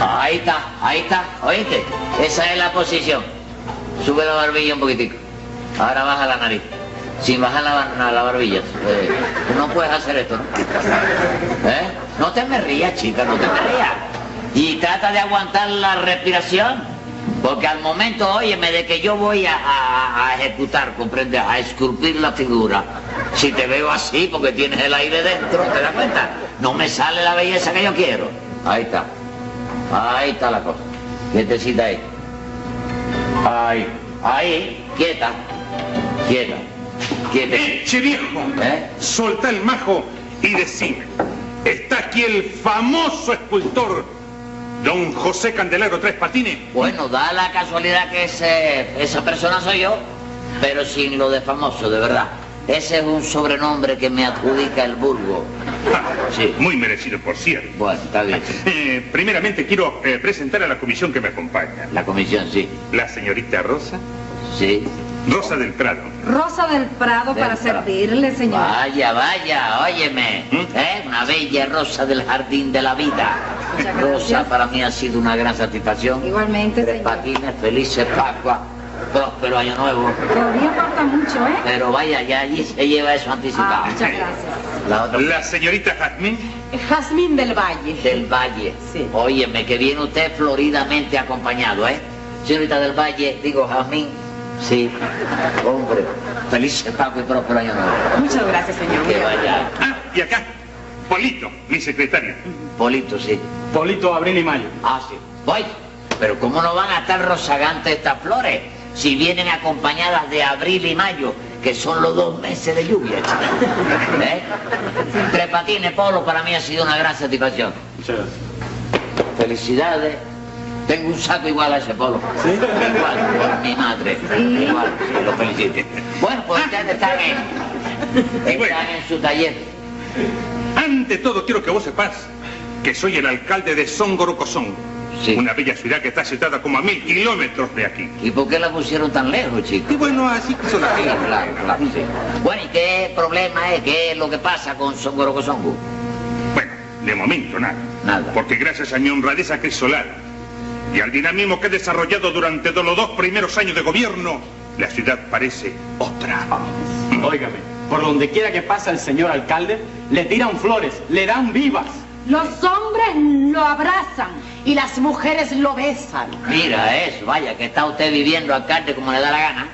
Ah, Ahí está, ¿oíste? Esa es la posición. Sube la barbilla un poquitico. Ahora baja la nariz. Sin bajar la, bar- la barbilla. eh, no puedes hacer esto, ¿no? ¿Eh? No te me rías, chica, no te me rías. Y trata de aguantar la respiración. Porque al momento, óyeme, de que yo voy a, a- a ejecutar, comprende, a esculpir la figura, si te veo así porque tienes el aire dentro, ¿te das cuenta? No me sale la belleza que yo quiero. Ahí está. Ahí está la cosa. Quietecita ahí. Ahí. Ahí. Quieta. Quieta. Quieta. Eh, che viejo, ¿Eh? soltá el majo y decime, está aquí el famoso escultor don José Candelero Tres Patines. Bueno, da la casualidad que ese, esa persona soy yo, pero sin lo de famoso, de verdad. Ese es un sobrenombre que me adjudica el vulgo. Ah, Sí. Muy merecido, por cierto. Bueno, está bien. Eh, primeramente quiero eh, presentar a la comisión que me acompaña. La comisión, sí. La señorita Rosa, Sí. Rosa del Prado. Rosa del Prado Del para Prado. servirle, señor. Vaya, vaya, óyeme. ¿Mm? ¿eh? Una bella rosa del jardín de la vida. Muchas Rosa, gracias. para mí ha sido una gran satisfacción. Igualmente, Tres señor. patines, felices Pascua, próspero año nuevo. Todavía falta mucho, ¿eh? Pero vaya, ya allí se lleva eso anticipado. Ah, muchas gracias. La otra La señorita Jazmín, Jazmín del Valle. del Valle. Sí. Óyeme, que viene usted floridamente acompañado, ¿eh? Señorita del Valle, digo Jamín. Sí, hombre, feliz Paco y próspero año nuevo. Muchas gracias, señor. Que vaya, ah, y acá, Polito, mi secretaria. Polito, sí. Polito, abril y mayo. Ah, sí. Voy. Pero ¿cómo no van a estar rozagantes estas flores si vienen acompañadas de abril y mayo, que son los dos meses de lluvia? chico? ¿Eh? Tres patines, Polo, para mí ha sido una gran satisfacción. Muchas gracias. Felicidades. Tengo un saco igual a ese polo. ¿Sí? Igual, por mi madre. Sí. Igual, sí, lo felicite. Bueno, pues ustedes están en, están en su taller. Ante todo, quiero que vos sepas que soy el alcalde de Songorocosón, Sí. una bella ciudad que está situada como a mil kilómetros de aquí. ¿Y por qué la pusieron tan lejos, Y chicos? bueno, así que son las Sí, reglas. claro, claro, sí. Bueno, ¿y qué problema es? ¿Qué es lo que pasa con Songorocosongo? Bueno, de momento nada. Nada. Porque gracias a mi honradez acrisolada y al dinamismo que he desarrollado durante do- los dos primeros años de gobierno, la ciudad parece otra. Ah. Óigame, por donde quiera que pasa el señor alcalde, le tiran flores, le dan vivas. Los hombres lo abrazan y las mujeres lo besan. Mira eso, vaya, que está usted viviendo alcalde como le da la gana.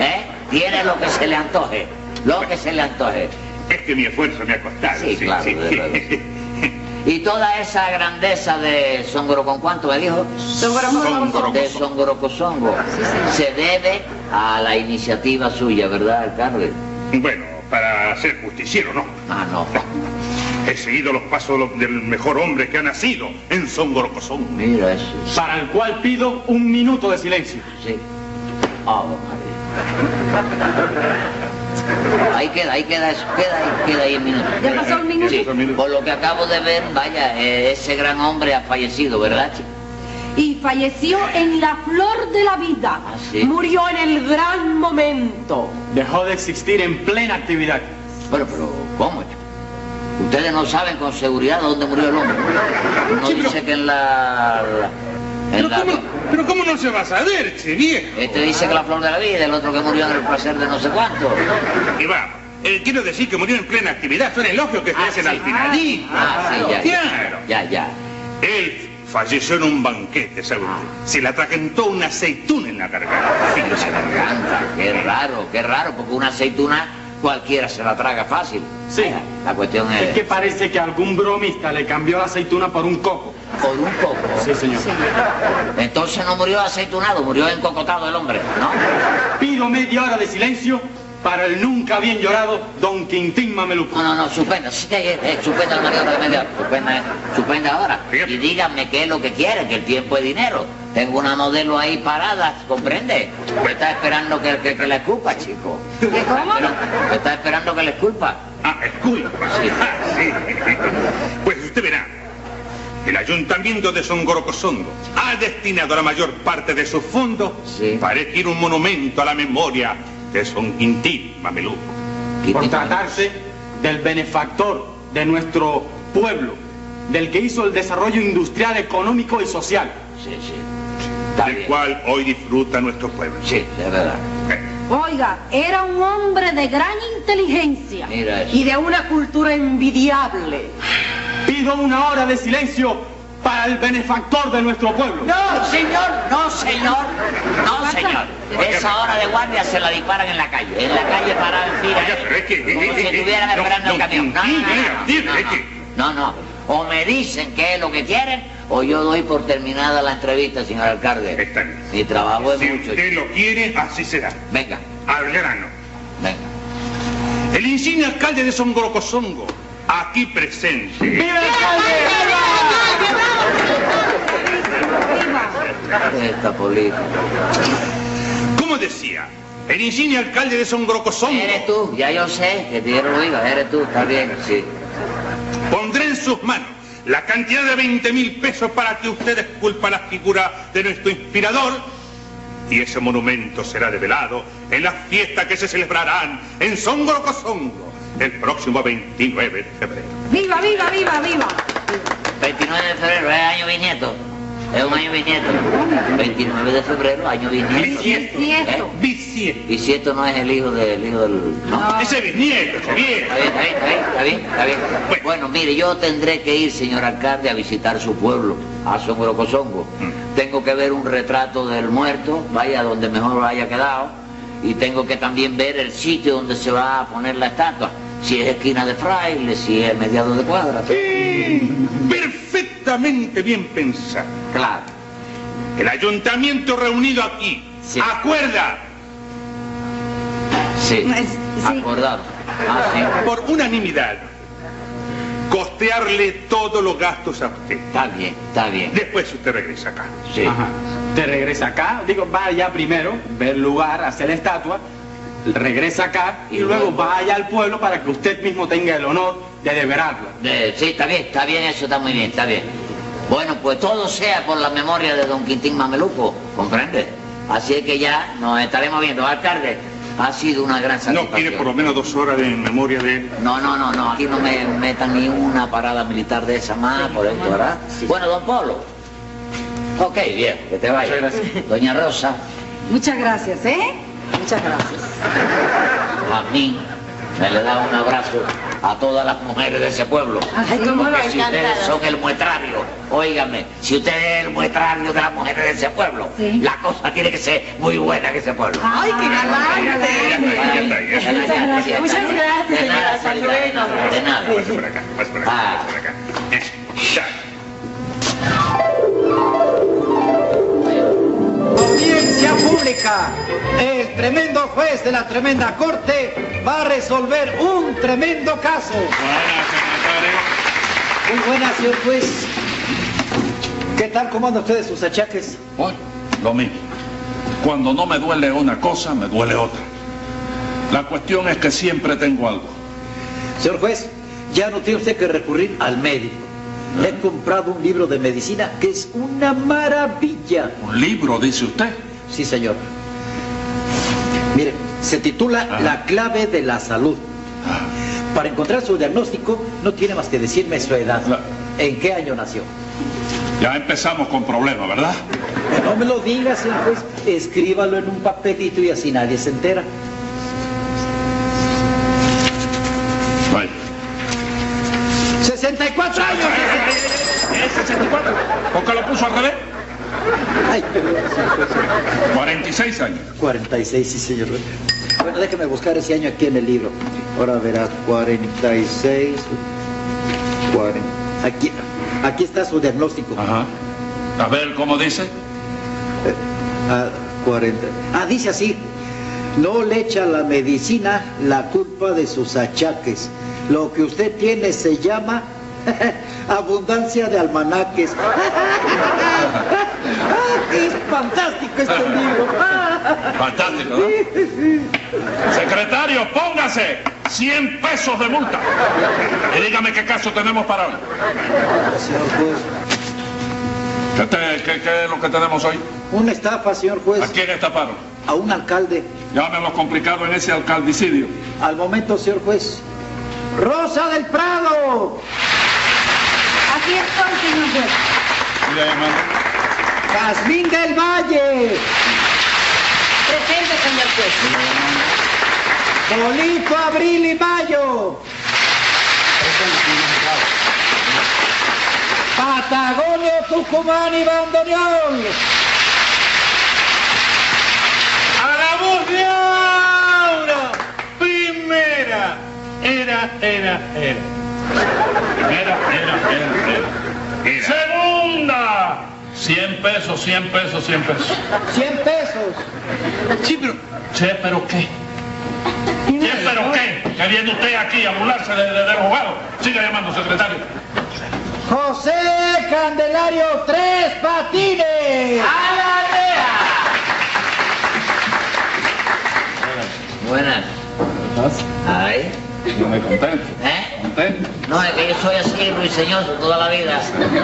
¿Eh? Tiene lo que se le antoje. Lo que se le antoje. Es que mi esfuerzo me ha costado. Sí, claro, de verdad. Y toda esa grandeza de Songoro, ¿con cuánto me dijo? Songorocosongo. De Songorocosongo. Se debe a la iniciativa suya, ¿verdad, alcalde? bueno, para ser justiciero, ¿no? Ah, no. He seguido los pasos lo- del mejor hombre que ha nacido en Songorocosón. Mira eso. Para el cual pido un minuto de silencio. Sí. Ah, María. Ahí queda, ahí queda eso, queda ahí, queda ahí el minuto. ¿Ya pasó un minuto? Sí, por lo que acabo de ver, vaya, eh, ese gran hombre ha fallecido, ¿verdad, chico? Y falleció en la flor de la vida. Ah, sí. Murió en el gran momento. Dejó de existir en plena actividad. Bueno, pero ¿cómo? chico? Ustedes no saben con seguridad dónde murió el hombre. No Sí, pero- dice que en la... la- en Pero la- cómo, pero cómo no se va a saber, che viejo. Este dice que la flor de la vida, el otro que murió en el placer de no sé cuánto. Y va, eh, quiero decir que murió en plena actividad. Son elogios que se Ah, hacen sí. al finalito. Ah, sí, ya, Claro. ya, ya, ya. Él falleció en un banquete, ¿sabe usted? Se le atragentó una aceituna en la garganta. En la garganta, qué raro, qué raro, porque una aceituna cualquiera se la traga fácil. Ah, Sí. La cuestión Es que es parece que algún bromista le cambió la aceituna por un coco. por un poco. Sí, señor. Entonces no murió aceitunado, murió encocotado el hombre, ¿no? Pido media hora de silencio para el nunca bien llorado don Quintín No, Mameluco. no, no, suspenda, sí, eh, eh, suspenda el marido de media hora, suspenda, eh, suspenda ahora. Fíjate. Y díganme qué es lo que quiere, que el tiempo es dinero. Tengo una modelo ahí parada, ¿comprende? Me está esperando que, que, que la esculpa, chico. ¿Qué, cómo? Me está esperando que la esculpa. Ah, es culpa. Sí. Ah, sí. Pues usted verá. El ayuntamiento de Songorocosongo ha destinado la mayor parte de sus fondos Sí. para erigir un monumento a la memoria de Son Quintín Mameluco. Por tratarse del benefactor de nuestro pueblo, del que hizo el desarrollo industrial, económico y social. sí, sí. Está del bien. cual hoy disfruta nuestro pueblo. Sí, es verdad. Eh, Oiga, era un hombre de gran inteligencia. Mira eso. Y de una cultura envidiable. Pido una hora de silencio para el benefactor de nuestro pueblo. No, señor, no, señor, no, señor. Esa hora de guardia se la disparan en la calle. En la calle parada en fila. Oiga, pero es que- Como si eh, eh, estuvieran eh, no, esperando el no, camión. No, sí, no, no, mira, no, sí, no, es no. que- No, no. O me dicen qué es lo que quieren, o yo doy por terminada la entrevista, señor alcalde. Está bien. Mi trabajo es Si mucho. usted lo quiere, así será. Venga, Al grano. venga. El insigne alcalde de Songorocosongo, aquí presente. ¡Viva el alcalde! Esta política. Como decía, el insigne alcalde de Eres Songorocosongo tú, ya yo sé, que te lo diga, eres tú, está bien, sí. pondré en sus manos la cantidad de 20 mil pesos para que usted esculpa la figura de nuestro inspirador. Y ese monumento será develado en las fiestas que se celebrarán en Songorocosongo el próximo 29 de febrero. ¡Viva, viva, viva, viva! 29 de febrero es año bisnieto. Es un año bisnieto. 29 de febrero, año bisnieto. ¿Eh? Bisnieto. Bisnieto. Bisieto. Y si esto no es el hijo del hijo del. ¿no? Ese bisnieto, ese Está viejo. bien, está bien, está bien, está bien, está bien. Bueno. Bueno, mire, yo tendré que ir, señor alcalde, a visitar su pueblo, a Songorocosongo. Mm. Tengo que ver un retrato del muerto, vaya donde mejor haya quedado, y tengo que también ver el sitio donde se va a poner la estatua, si es esquina de fraile, si es mediado de cuadra. Sí, perfectamente bien pensado. Claro. El ayuntamiento reunido aquí Sí. acuerda Sí, Es- sí. acordado. Ah, sí. por unanimidad costearle todos los gastos a usted. Está bien, está bien. Después usted regresa acá. Sí. Ajá. Te regresa acá, digo, vaya primero, ver lugar, hacer la estatua, regresa acá y, Y luego luego- vaya al pueblo para que usted mismo tenga el honor de deberarla. Eh, sí, está bien, está bien, eso está muy bien, está bien. Bueno, pues todo sea por la memoria de don Quintín Mameluco, ¿comprende? Así es que ya nos estaremos viendo. Alcalde, ha sido una gran No satisfacción. quiere por lo menos dos horas de memoria de... No, no, no, no, aquí no me metan ni una parada militar de esa más, por esto, ¿verdad? Bueno, don Polo. Ok, bien, que te vaya. Muchas gracias. Doña Rosa, Muchas gracias, ¿eh? Muchas gracias. a mí me le da un abrazo a todas las mujeres de ese pueblo. Ay, cómo lo Porque si ustedes encantado. son el muestrario, óigame, si usted es el muestrario de las mujeres de ese pueblo, Sí. Ah, la cosa tiene que ser muy buena en ese pueblo. Ay, qué galante. ya está, ya está. Muchas gracias. Muchas gracias, De nada, señora Sarita, Salueno. de nada. Pase por acá, pase por acá, Ah. pase por acá. Eh, ya. Audiencia pública. El tremendo juez de la tremenda corte va a resolver un tremendo caso. Buenas, secretario. Muy buenas, señor juez. ¿Qué tal? ¿Cómo andan ustedes sus achaques? Bueno, lo mismo. Cuando no me duele una cosa, me duele otra. La cuestión es que siempre tengo algo. Señor juez, ya no tiene usted que recurrir al médico. Le he comprado un libro de medicina que es una maravilla. Un libro, dice usted. Sí, señor. Mire, se titula Ajá. La clave de la salud. Ah. Para encontrar su diagnóstico no tiene más que decirme su edad. La- ¿En qué año nació? Ya empezamos con problemas, ¿verdad? No me lo digas, señor juez. Escríbalo en un papelito y así nadie se entera. Vaya. 64 años. ¿Es 64? ¿Por qué lo puso al revés? Ay, perdón, señor juez. 46 años. 46, sí, señor. Bueno, déjeme buscar ese año aquí en el libro. Ahora verás, 46. 40. Aquí, aquí está su diagnóstico. Ajá. A ver, ¿cómo dice? Eh, ah, 40. Ah, dice así. No le echa a la medicina la culpa de sus achaques. Lo que usted tiene se llama abundancia de almanaques. Ah, ¡Es fantástico este libro! Fantástico, ¿no? Secretario, póngase 100 pesos de multa. Y dígame qué caso tenemos para hoy. Señor juez, ¿Qué, te- qué- qué es lo que tenemos hoy? una estafa, señor juez, ¿A quién estafaron? a un alcalde. Llámelo complicado en ese alcaldicidio. Al momento, señor juez. ¡Rosa del Prado! Aquí estoy, señor juez. Siga llamando. Jazmín del Valle, Presente, señor juez. Polito Abril y Mayo. Patagonio Tucumán y Bandoneón. A la voz de Aura. Primera. Era, era, era. Era, era, era, era. Era. Segunda. 100 pesos, 100 pesos, 100 pesos. 100 pesos. Sí, pero... Che, pero qué. Che, pero qué. Que viene usted aquí a burlarse de- de- del abogado. Siga llamando, secretario. José Candelario Tres Patines. ¡A la rea! Buenas. Ay. Yo me contento, ¿Eh? contento. No, es que yo soy así, ruiseñor, toda la vida. Sí,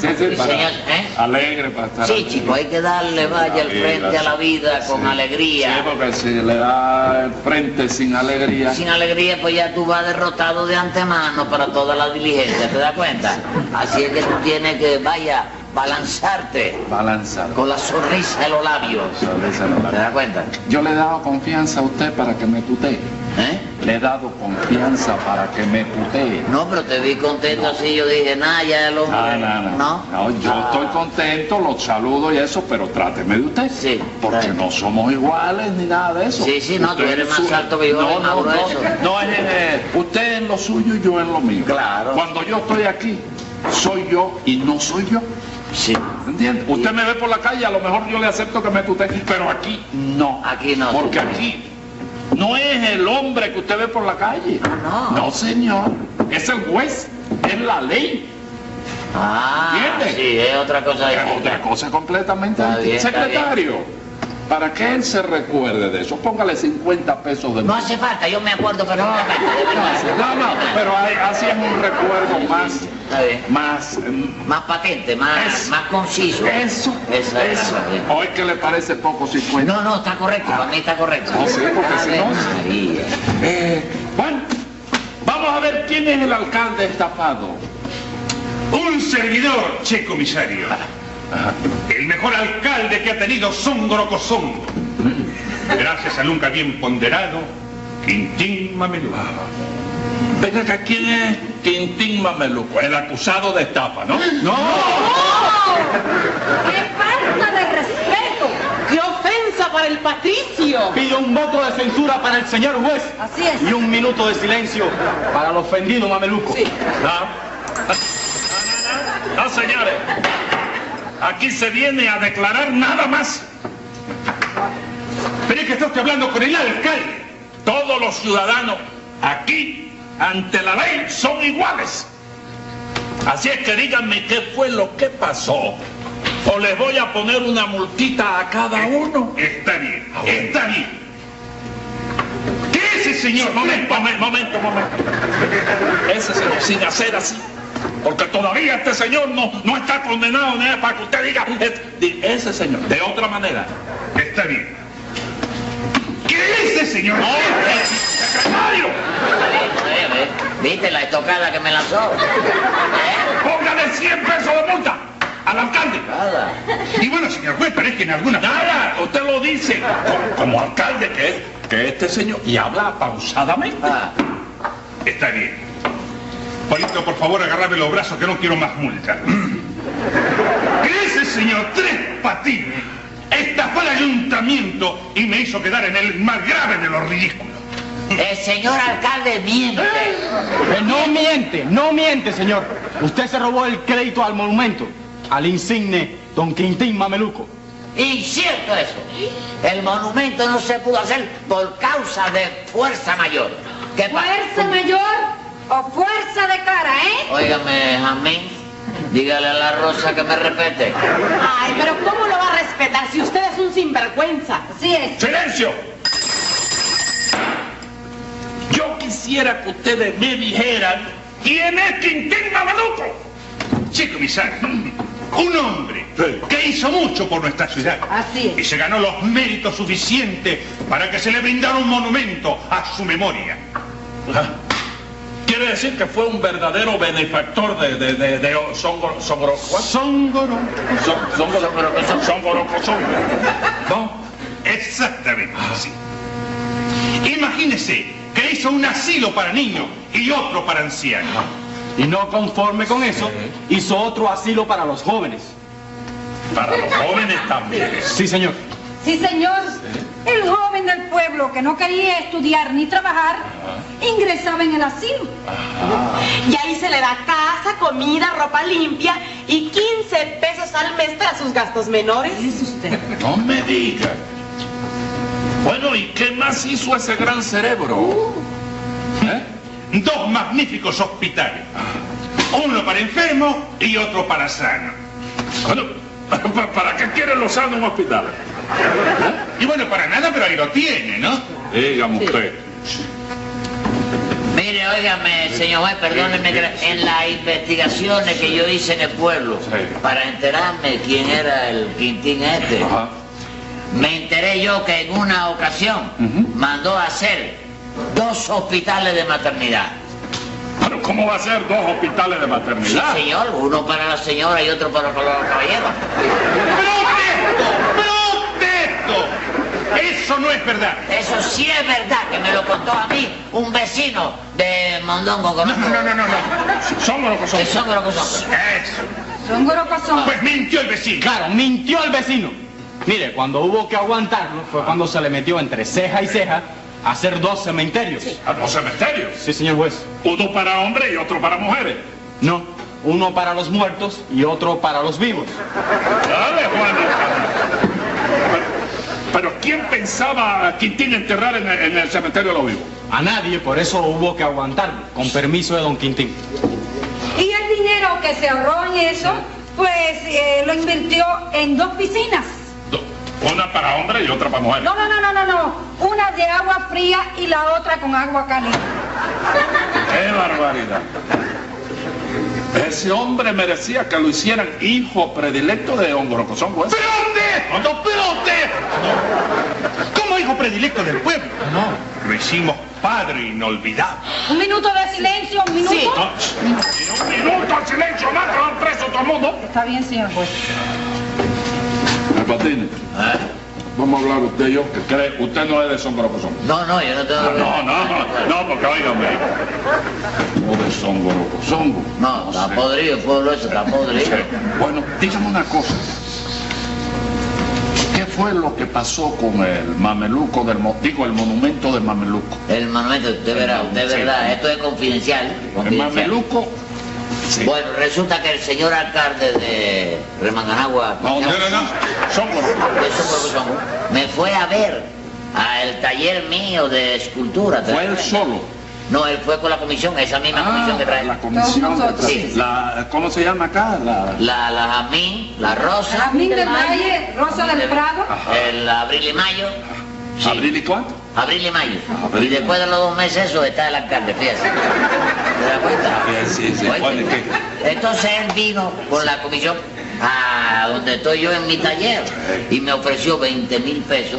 sí, Sí, para- señor, ¿eh? Alegre para estar. Sí, chico, hay que darle vaya al frente a la vida con Sí, alegría. porque si le da el frente sin alegría. Sin alegría, pues ya tú vas derrotado de antemano para toda la diligencia, ¿te das cuenta? Así es que tú tienes que, vaya, balanzarte Balanzado. con la sonrisa en los labios. ¿Te das cuenta? Yo le he dado confianza a usted para que me tutee. ¿Eh? Le he dado confianza para que me tutee. No, pero te vi contento así, yo dije, nada, ya el hombre... No, Ah, no, no. No, yo Ah, estoy contento, los saludo y eso, pero tráteme de usted. Sí. Porque Claro. no somos iguales ni nada de eso. Sí, sí, no, tú Usted eres en más alto que yo, No, eres más no, no. grueso. No, es, eh, usted en lo suyo y yo en lo mío. Claro. Cuando yo estoy aquí, soy yo y no soy yo. Sí. ¿Entiende? Usted me ve por la calle, a lo mejor yo le acepto que me tutee, pero aquí no. Aquí no, Porque señor. aquí no es el hombre que usted ve por la calle. No. No, señor. Es el juez, es la ley. Ah, ¿Entiendes? sí, es otra cosa Es distinta. otra cosa completamente Está bien, está distinta. bien. Secretario, para que él se recuerde de eso, póngale 50 pesos de No más. hace falta, yo me acuerdo perfectamente, de verdad. No, no, pero hay- así es un recuerdo más, Está bien. más, mm, Más patente, más, Eso. más conciso. eso, Esa es la eso. razón. Hoy que le parece poco 50. Pues No, no, está correcto, para mí está correcto. No, Ah, sí, porque si no- Ave María. Eh, bueno, vamos a ver quién es el alcalde estafado. Un servidor, che comisario. Ah. El mejor alcalde que ha tenido Songro Cosondo. Mm. Gracias al nunca bien ponderado Quintín Mameluco. Venga acá, ¿quién Ah. es Quintín Mameluco? El acusado de estafa, ¿no? ¡Oh! ¡Qué falta de respeto! ¡Qué ofensa para el patricio! Pido un voto de censura para el señor juez. Así es. Y un minuto de silencio para el ofendido mameluco. No, no, señores. Aquí se viene a declarar nada más. Pero es que está usted hablando con el alcalde. Todos los ciudadanos aquí, ante la ley, son iguales. Así es que díganme qué fue lo que pasó. O les voy a poner una multita a cada uno. Está bien, está bien. ¿Qué es ese señor? Momento, momen- momento, momento. Ese señor, sin hacer así. Porque todavía este señor no, no está condenado ni nada para que usted diga. "Es- di- Ese señor, de otra manera. Está bien. ¿Qué es ese señor? No, es- secretario, Eh, eh, ¿Viste la estocada que me lanzó? póngale 100 pesos de multa al alcalde. Nada. Y bueno, señor juez, pero es que en alguna... Nada, usted lo dice como, como alcalde que es, que este señor, y habla pausadamente. Ah, Está bien. Polito, por favor, agarrame los brazos que no quiero más multa. ¿Qué es ese señor? Tres patines. Estafó al ayuntamiento y me hizo quedar en el más grave de los ridículos. el señor alcalde miente. Eh, no miente, no miente, señor. Usted se robó el crédito al monumento, al insigne don Quintín Mameluco. Incierto eso. El monumento no se pudo hacer por causa de fuerza mayor. ¿Qué pa- Fuerza mayor o fuerza de cara, ¿eh? Óigame, Jamín, dígale a la Rosa que me respete. Ay, pero ¿cómo lo va a respetar si usted es un sinvergüenza? Así es. ¡Silencio! Yo quisiera que ustedes me dijeran quién es Quintín Mameluco. Sí, comisario. Un hombre Sí. que hizo mucho por nuestra ciudad. Así es. Y se ganó los méritos suficientes para que se le brindara un monumento a su memoria. Ah, ¿Qué quiere decir que fue un verdadero benefactor de, de, de, de Songoro- Songoro- ¿what? Songoro. Son- Songoro- Songoro Kosongo, ¿no? Exactamente, sí. Imagínese que hizo un asilo para niños y otro para ancianos. Y no conforme con eso, hizo otro asilo para los jóvenes. Para los jóvenes también. Sí, señor. Sí, señor. El joven del pueblo que no quería estudiar ni trabajar ingresaba en el asilo. Y ahí se le da casa, comida, ropa limpia y 15 pesos al mes para sus gastos menores. No me diga. Bueno, ¿y qué más hizo ese gran cerebro? ¿Eh? Dos magníficos hospitales. Uno para enfermos y otro para sanos. Bueno, ¿pa- ¿para qué quiere los sanos un hospital? ¿Eh? Y bueno, para nada, pero ahí lo tiene, ¿no? Dígame usted. Mire, óigame, señor juez, perdóneme, que la- en las investigaciones que yo hice en el pueblo, Sí. para enterarme quién era el Quintín este, Ajá. me enteré yo que en una ocasión Ujú. mandó a hacer dos hospitales de maternidad. Pero ¿cómo va a ser dos hospitales de Sí, maternidad? señor, uno para la señora y otro para para los caballeros. ¡Protesto! ¡Protesto! Eso no es verdad. Eso sí es verdad, que me lo contó a mí un vecino de Mondongo. No, no, no, no, no. no. Somos los que somos. Eso es lo que son. Eso. Son gorocosón. Pues mintió el vecino. Claro, mintió el vecino. Mire, cuando hubo que aguantarlo, fue cuando se le metió entre ceja y ceja a hacer dos cementerios. A los cementerios. Sí, señor juez. Uno para hombres y otro para mujeres. No, uno para los muertos y otro para los vivos. Dale, Juan. Pero, pero ¿quién pensaba a Quintín enterrar en el, en el cementerio de los vivos? A nadie, por eso hubo que aguantarlo, con permiso de don Quintín. Y el dinero que se ahorró en eso, pues eh, lo invirtió en dos piscinas. Do- Una para hombres y otra para mujeres. No, no, no, no, no, no. Una de agua fría y la otra con agua caliente. ¡Qué barbaridad! Ese hombre merecía que lo hicieran hijo predilecto de Hongorocosón, juez. ¡Protesto! ¡Protesto! Como hijo predilecto del pueblo. No. Lo hicimos padre inolvidable. Un minuto de silencio, un minuto. Sí. No, En un minuto al silencio, más que van preso todo el mundo. Está bien, señor juez. Patines, vamos a hablar usted y yo. que cree? Usted no es de Hongorocosón. No, no, yo no tengo... No, no, no, porque óigame. No de Hongorocosón. No, está podrido el pueblo ese, está podrido. Bueno, dígame una cosa. ¿Qué fue lo que pasó con el mameluco del motivo, el monumento del mameluco? El momento, usted verá, usted Sí. verá, esto es confidencial. El confidencial. mameluco. Sí. Bueno, resulta que el señor alcalde de Remanganagua, No, no, de no, no. Son gorocos. Socorro, me fue a ver al taller mío de escultura. ¿te Fue él acuerdas? solo. No, él fue con la comisión, esa misma comisión que trae. Ah, la comisión. Todos nosotros. Sí. La, ¿Cómo se llama acá? La, La, la Jamín, la Rosa. Jazmín del Valle, Rosa del Prado. El abril y mayo. sí, ¿Abril y cuánto? abril y mayo. Abril y y después de los dos meses eso está el alcalde, fíjate. ¿Te das cuenta? Ah, Sí, sí, sí. Oíste. Bueno, ¿y qué? Entonces él vino con la comisión a donde estoy yo en mi taller y me ofreció 20 mil pesos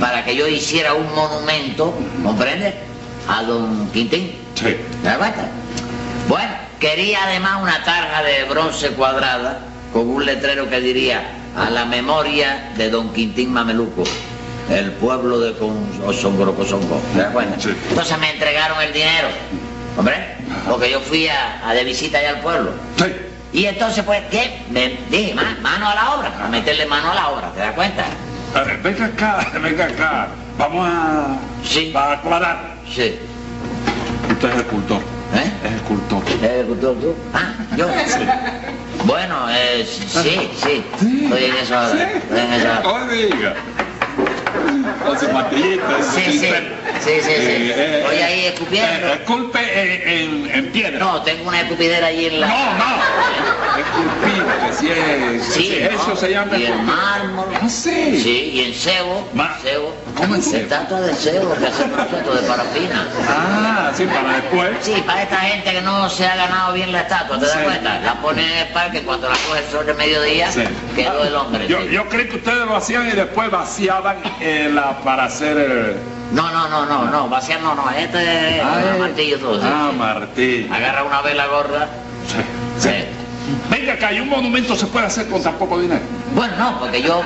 para que yo hiciera un monumento, ¿comprendes? A don Quintín. Sí. ¿Te das cuenta? Bueno, quería además una tarja de bronce cuadrada con un letrero que diría a la memoria de don Quintín Mameluco, el pueblo de Osongorocosongo. ¿Te das cuenta? Sí. Entonces me entregaron el dinero, hombre, porque yo fui a, a de visita allá al pueblo. Sí. Y entonces, pues, ¿qué? Me dije, "Ma- mano a la obra, a meterle mano a la obra, ¿te das cuenta? A ver, venga acá, venga acá. Vamos a. Sí. A aclarar. Sí. Usted es escultor. ¿Eh? Es escultor. Eh, ¿tú, tú? Ah, yo. Bueno, eh, sí, sí. Estoy en eso ahora. Estoy en eso Oh, ahora. Oiga. Con su patillita. Sí, sí. Sí, sí, sí. eh, Estoy ahí escupiendo. Esculpe eh, en, en piedra. No, tengo una escupidera ahí en la. no. no. Esculpir, sí, es, Sí, sí, ¿no? eso se llama Y en esculpir. mármol. Ah, sí. Sí, y en cebo. Ma- Cebo. ¿Cómo en cebo? Estatua de cebo que hacemos nosotros de parafina. Ah, sí, para después. Sí, para esta gente que no se ha ganado bien la estatua, ¿te das Sí. cuenta? La ponen en el parque cuando la coge el sol de mediodía, Sí. quedó el hombre. Yo, sí. yo creí que ustedes lo hacían y después vaciaban eh, la, para hacer el, No, no, no, no, no, vaciar no, no, este es Ah, un martillo todo. sí. Ah, Martín. Agarra una vela gorda. Sí. eh, Venga acá, ¿y un monumento se puede hacer con tan poco dinero? Bueno, no, porque yo,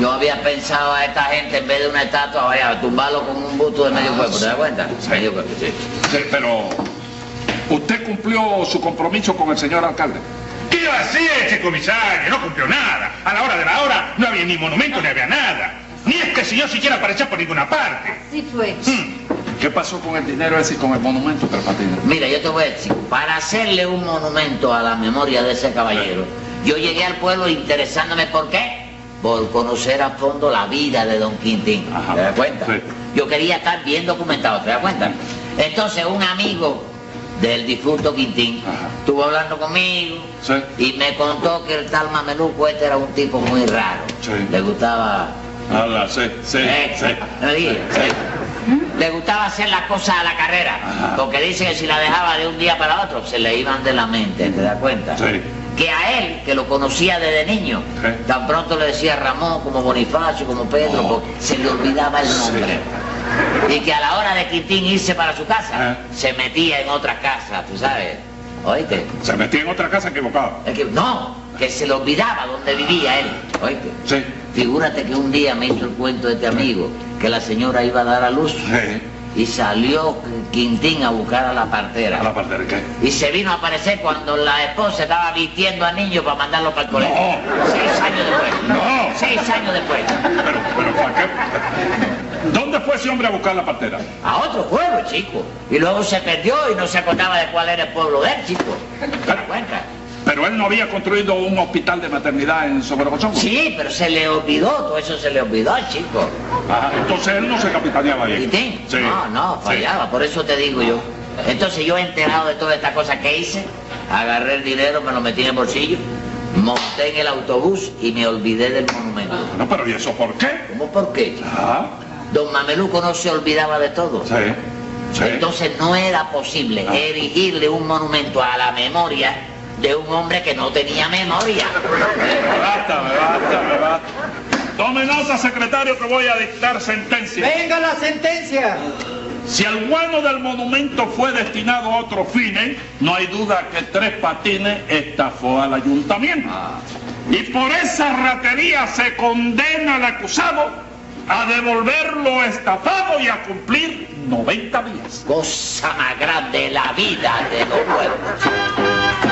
yo había pensado a esta gente en vez de una estatua, vaya, tumbarlo con un busto de Ah, medio cuerpo, ¿te das cuenta? Medio cuerpo, sí. Sí, pero usted cumplió su compromiso con el señor alcalde. ¿Qué iba a hacer ese comisario? No cumplió nada. A la hora de la hora no había ni monumento ni había nada. Ni es que si yo siquiera aparecía por ninguna parte. Así fue. Mm. ¿Qué pasó con el dinero ese y con el monumento, Pedro Patiño? Mira, yo te voy a decir, para hacerle un monumento a la memoria de ese caballero, yo llegué al pueblo interesándome por qué. Por conocer a fondo la vida de Don Quintín. Ajá. ¿Te das cuenta? Sí. Yo quería estar bien documentado, ¿te das cuenta? Entonces un amigo del difunto Quintín Ajá. estuvo hablando conmigo Sí. y me contó que el tal mameluco este era un tipo muy raro. Sí. Le gustaba Ah. Habla, sí, sí, eh, no diga, eh. Le gustaba hacer las cosas a la carrera, Ajá. porque dice que si la dejaba de un día para otro, se le iban de la mente, ¿te das cuenta? Sí. Que a él, que lo conocía desde niño, Sí. tan pronto le decía Ramón, como Bonifacio, como Pedro, Oh. porque se le olvidaba el nombre. Y que a la hora de Quintín irse para su casa, Ajá. se metía en otras casas, tú sabes. ¿Oíste? Se metió en otra casa equivocada. Es que, no, que se le olvidaba dónde vivía él, ¿oíste? Sí. Figúrate que un día me hizo el cuento de este amigo que la señora iba a dar a luz Sí. y salió Quintín a buscar a la A la partera. parte de qué. Y se vino a aparecer cuando la esposa estaba vistiendo a niños para mandarlo para el colegio. No. Seis años después. No. Seis años después. Pero, pero, ¿para qué? ¿Dónde fue ese hombre a buscar la partera? A otro pueblo, chico. Y luego se perdió y no se acordaba de cuál era el pueblo de él, chico. ¿Te das cuenta? Pero él no había construido un hospital de maternidad en Sobrecochongo. Sí, pero se le olvidó, todo eso se le olvidó, chico. Ajá, Ah, entonces él no se capitaneaba bien. ¿Quitín? Sí. No, no, Sí. fallaba, por eso te digo yo. Entonces yo he enterado de toda esta cosa que hice, agarré el dinero, me lo metí en el bolsillo, monté en el autobús y me olvidé del monumento. No, pero ¿y eso por qué? ¿Cómo por qué? Ah, Don Mameluco no se olvidaba de todo. sí. Sí. Entonces no era posible Ah. erigirle un monumento a la memoria de un hombre que no tenía memoria. Me basta, me basta, me basta. Tome nota, secretario, que voy a dictar sentencia. ¡Venga la sentencia! Si el guano del monumento fue destinado a otros fines, no hay duda que Tres Patines estafó al ayuntamiento. Y por esa ratería se condena al acusado a devolver lo estafado y a cumplir 90 días. Cosa más grande la vida de los pueblos.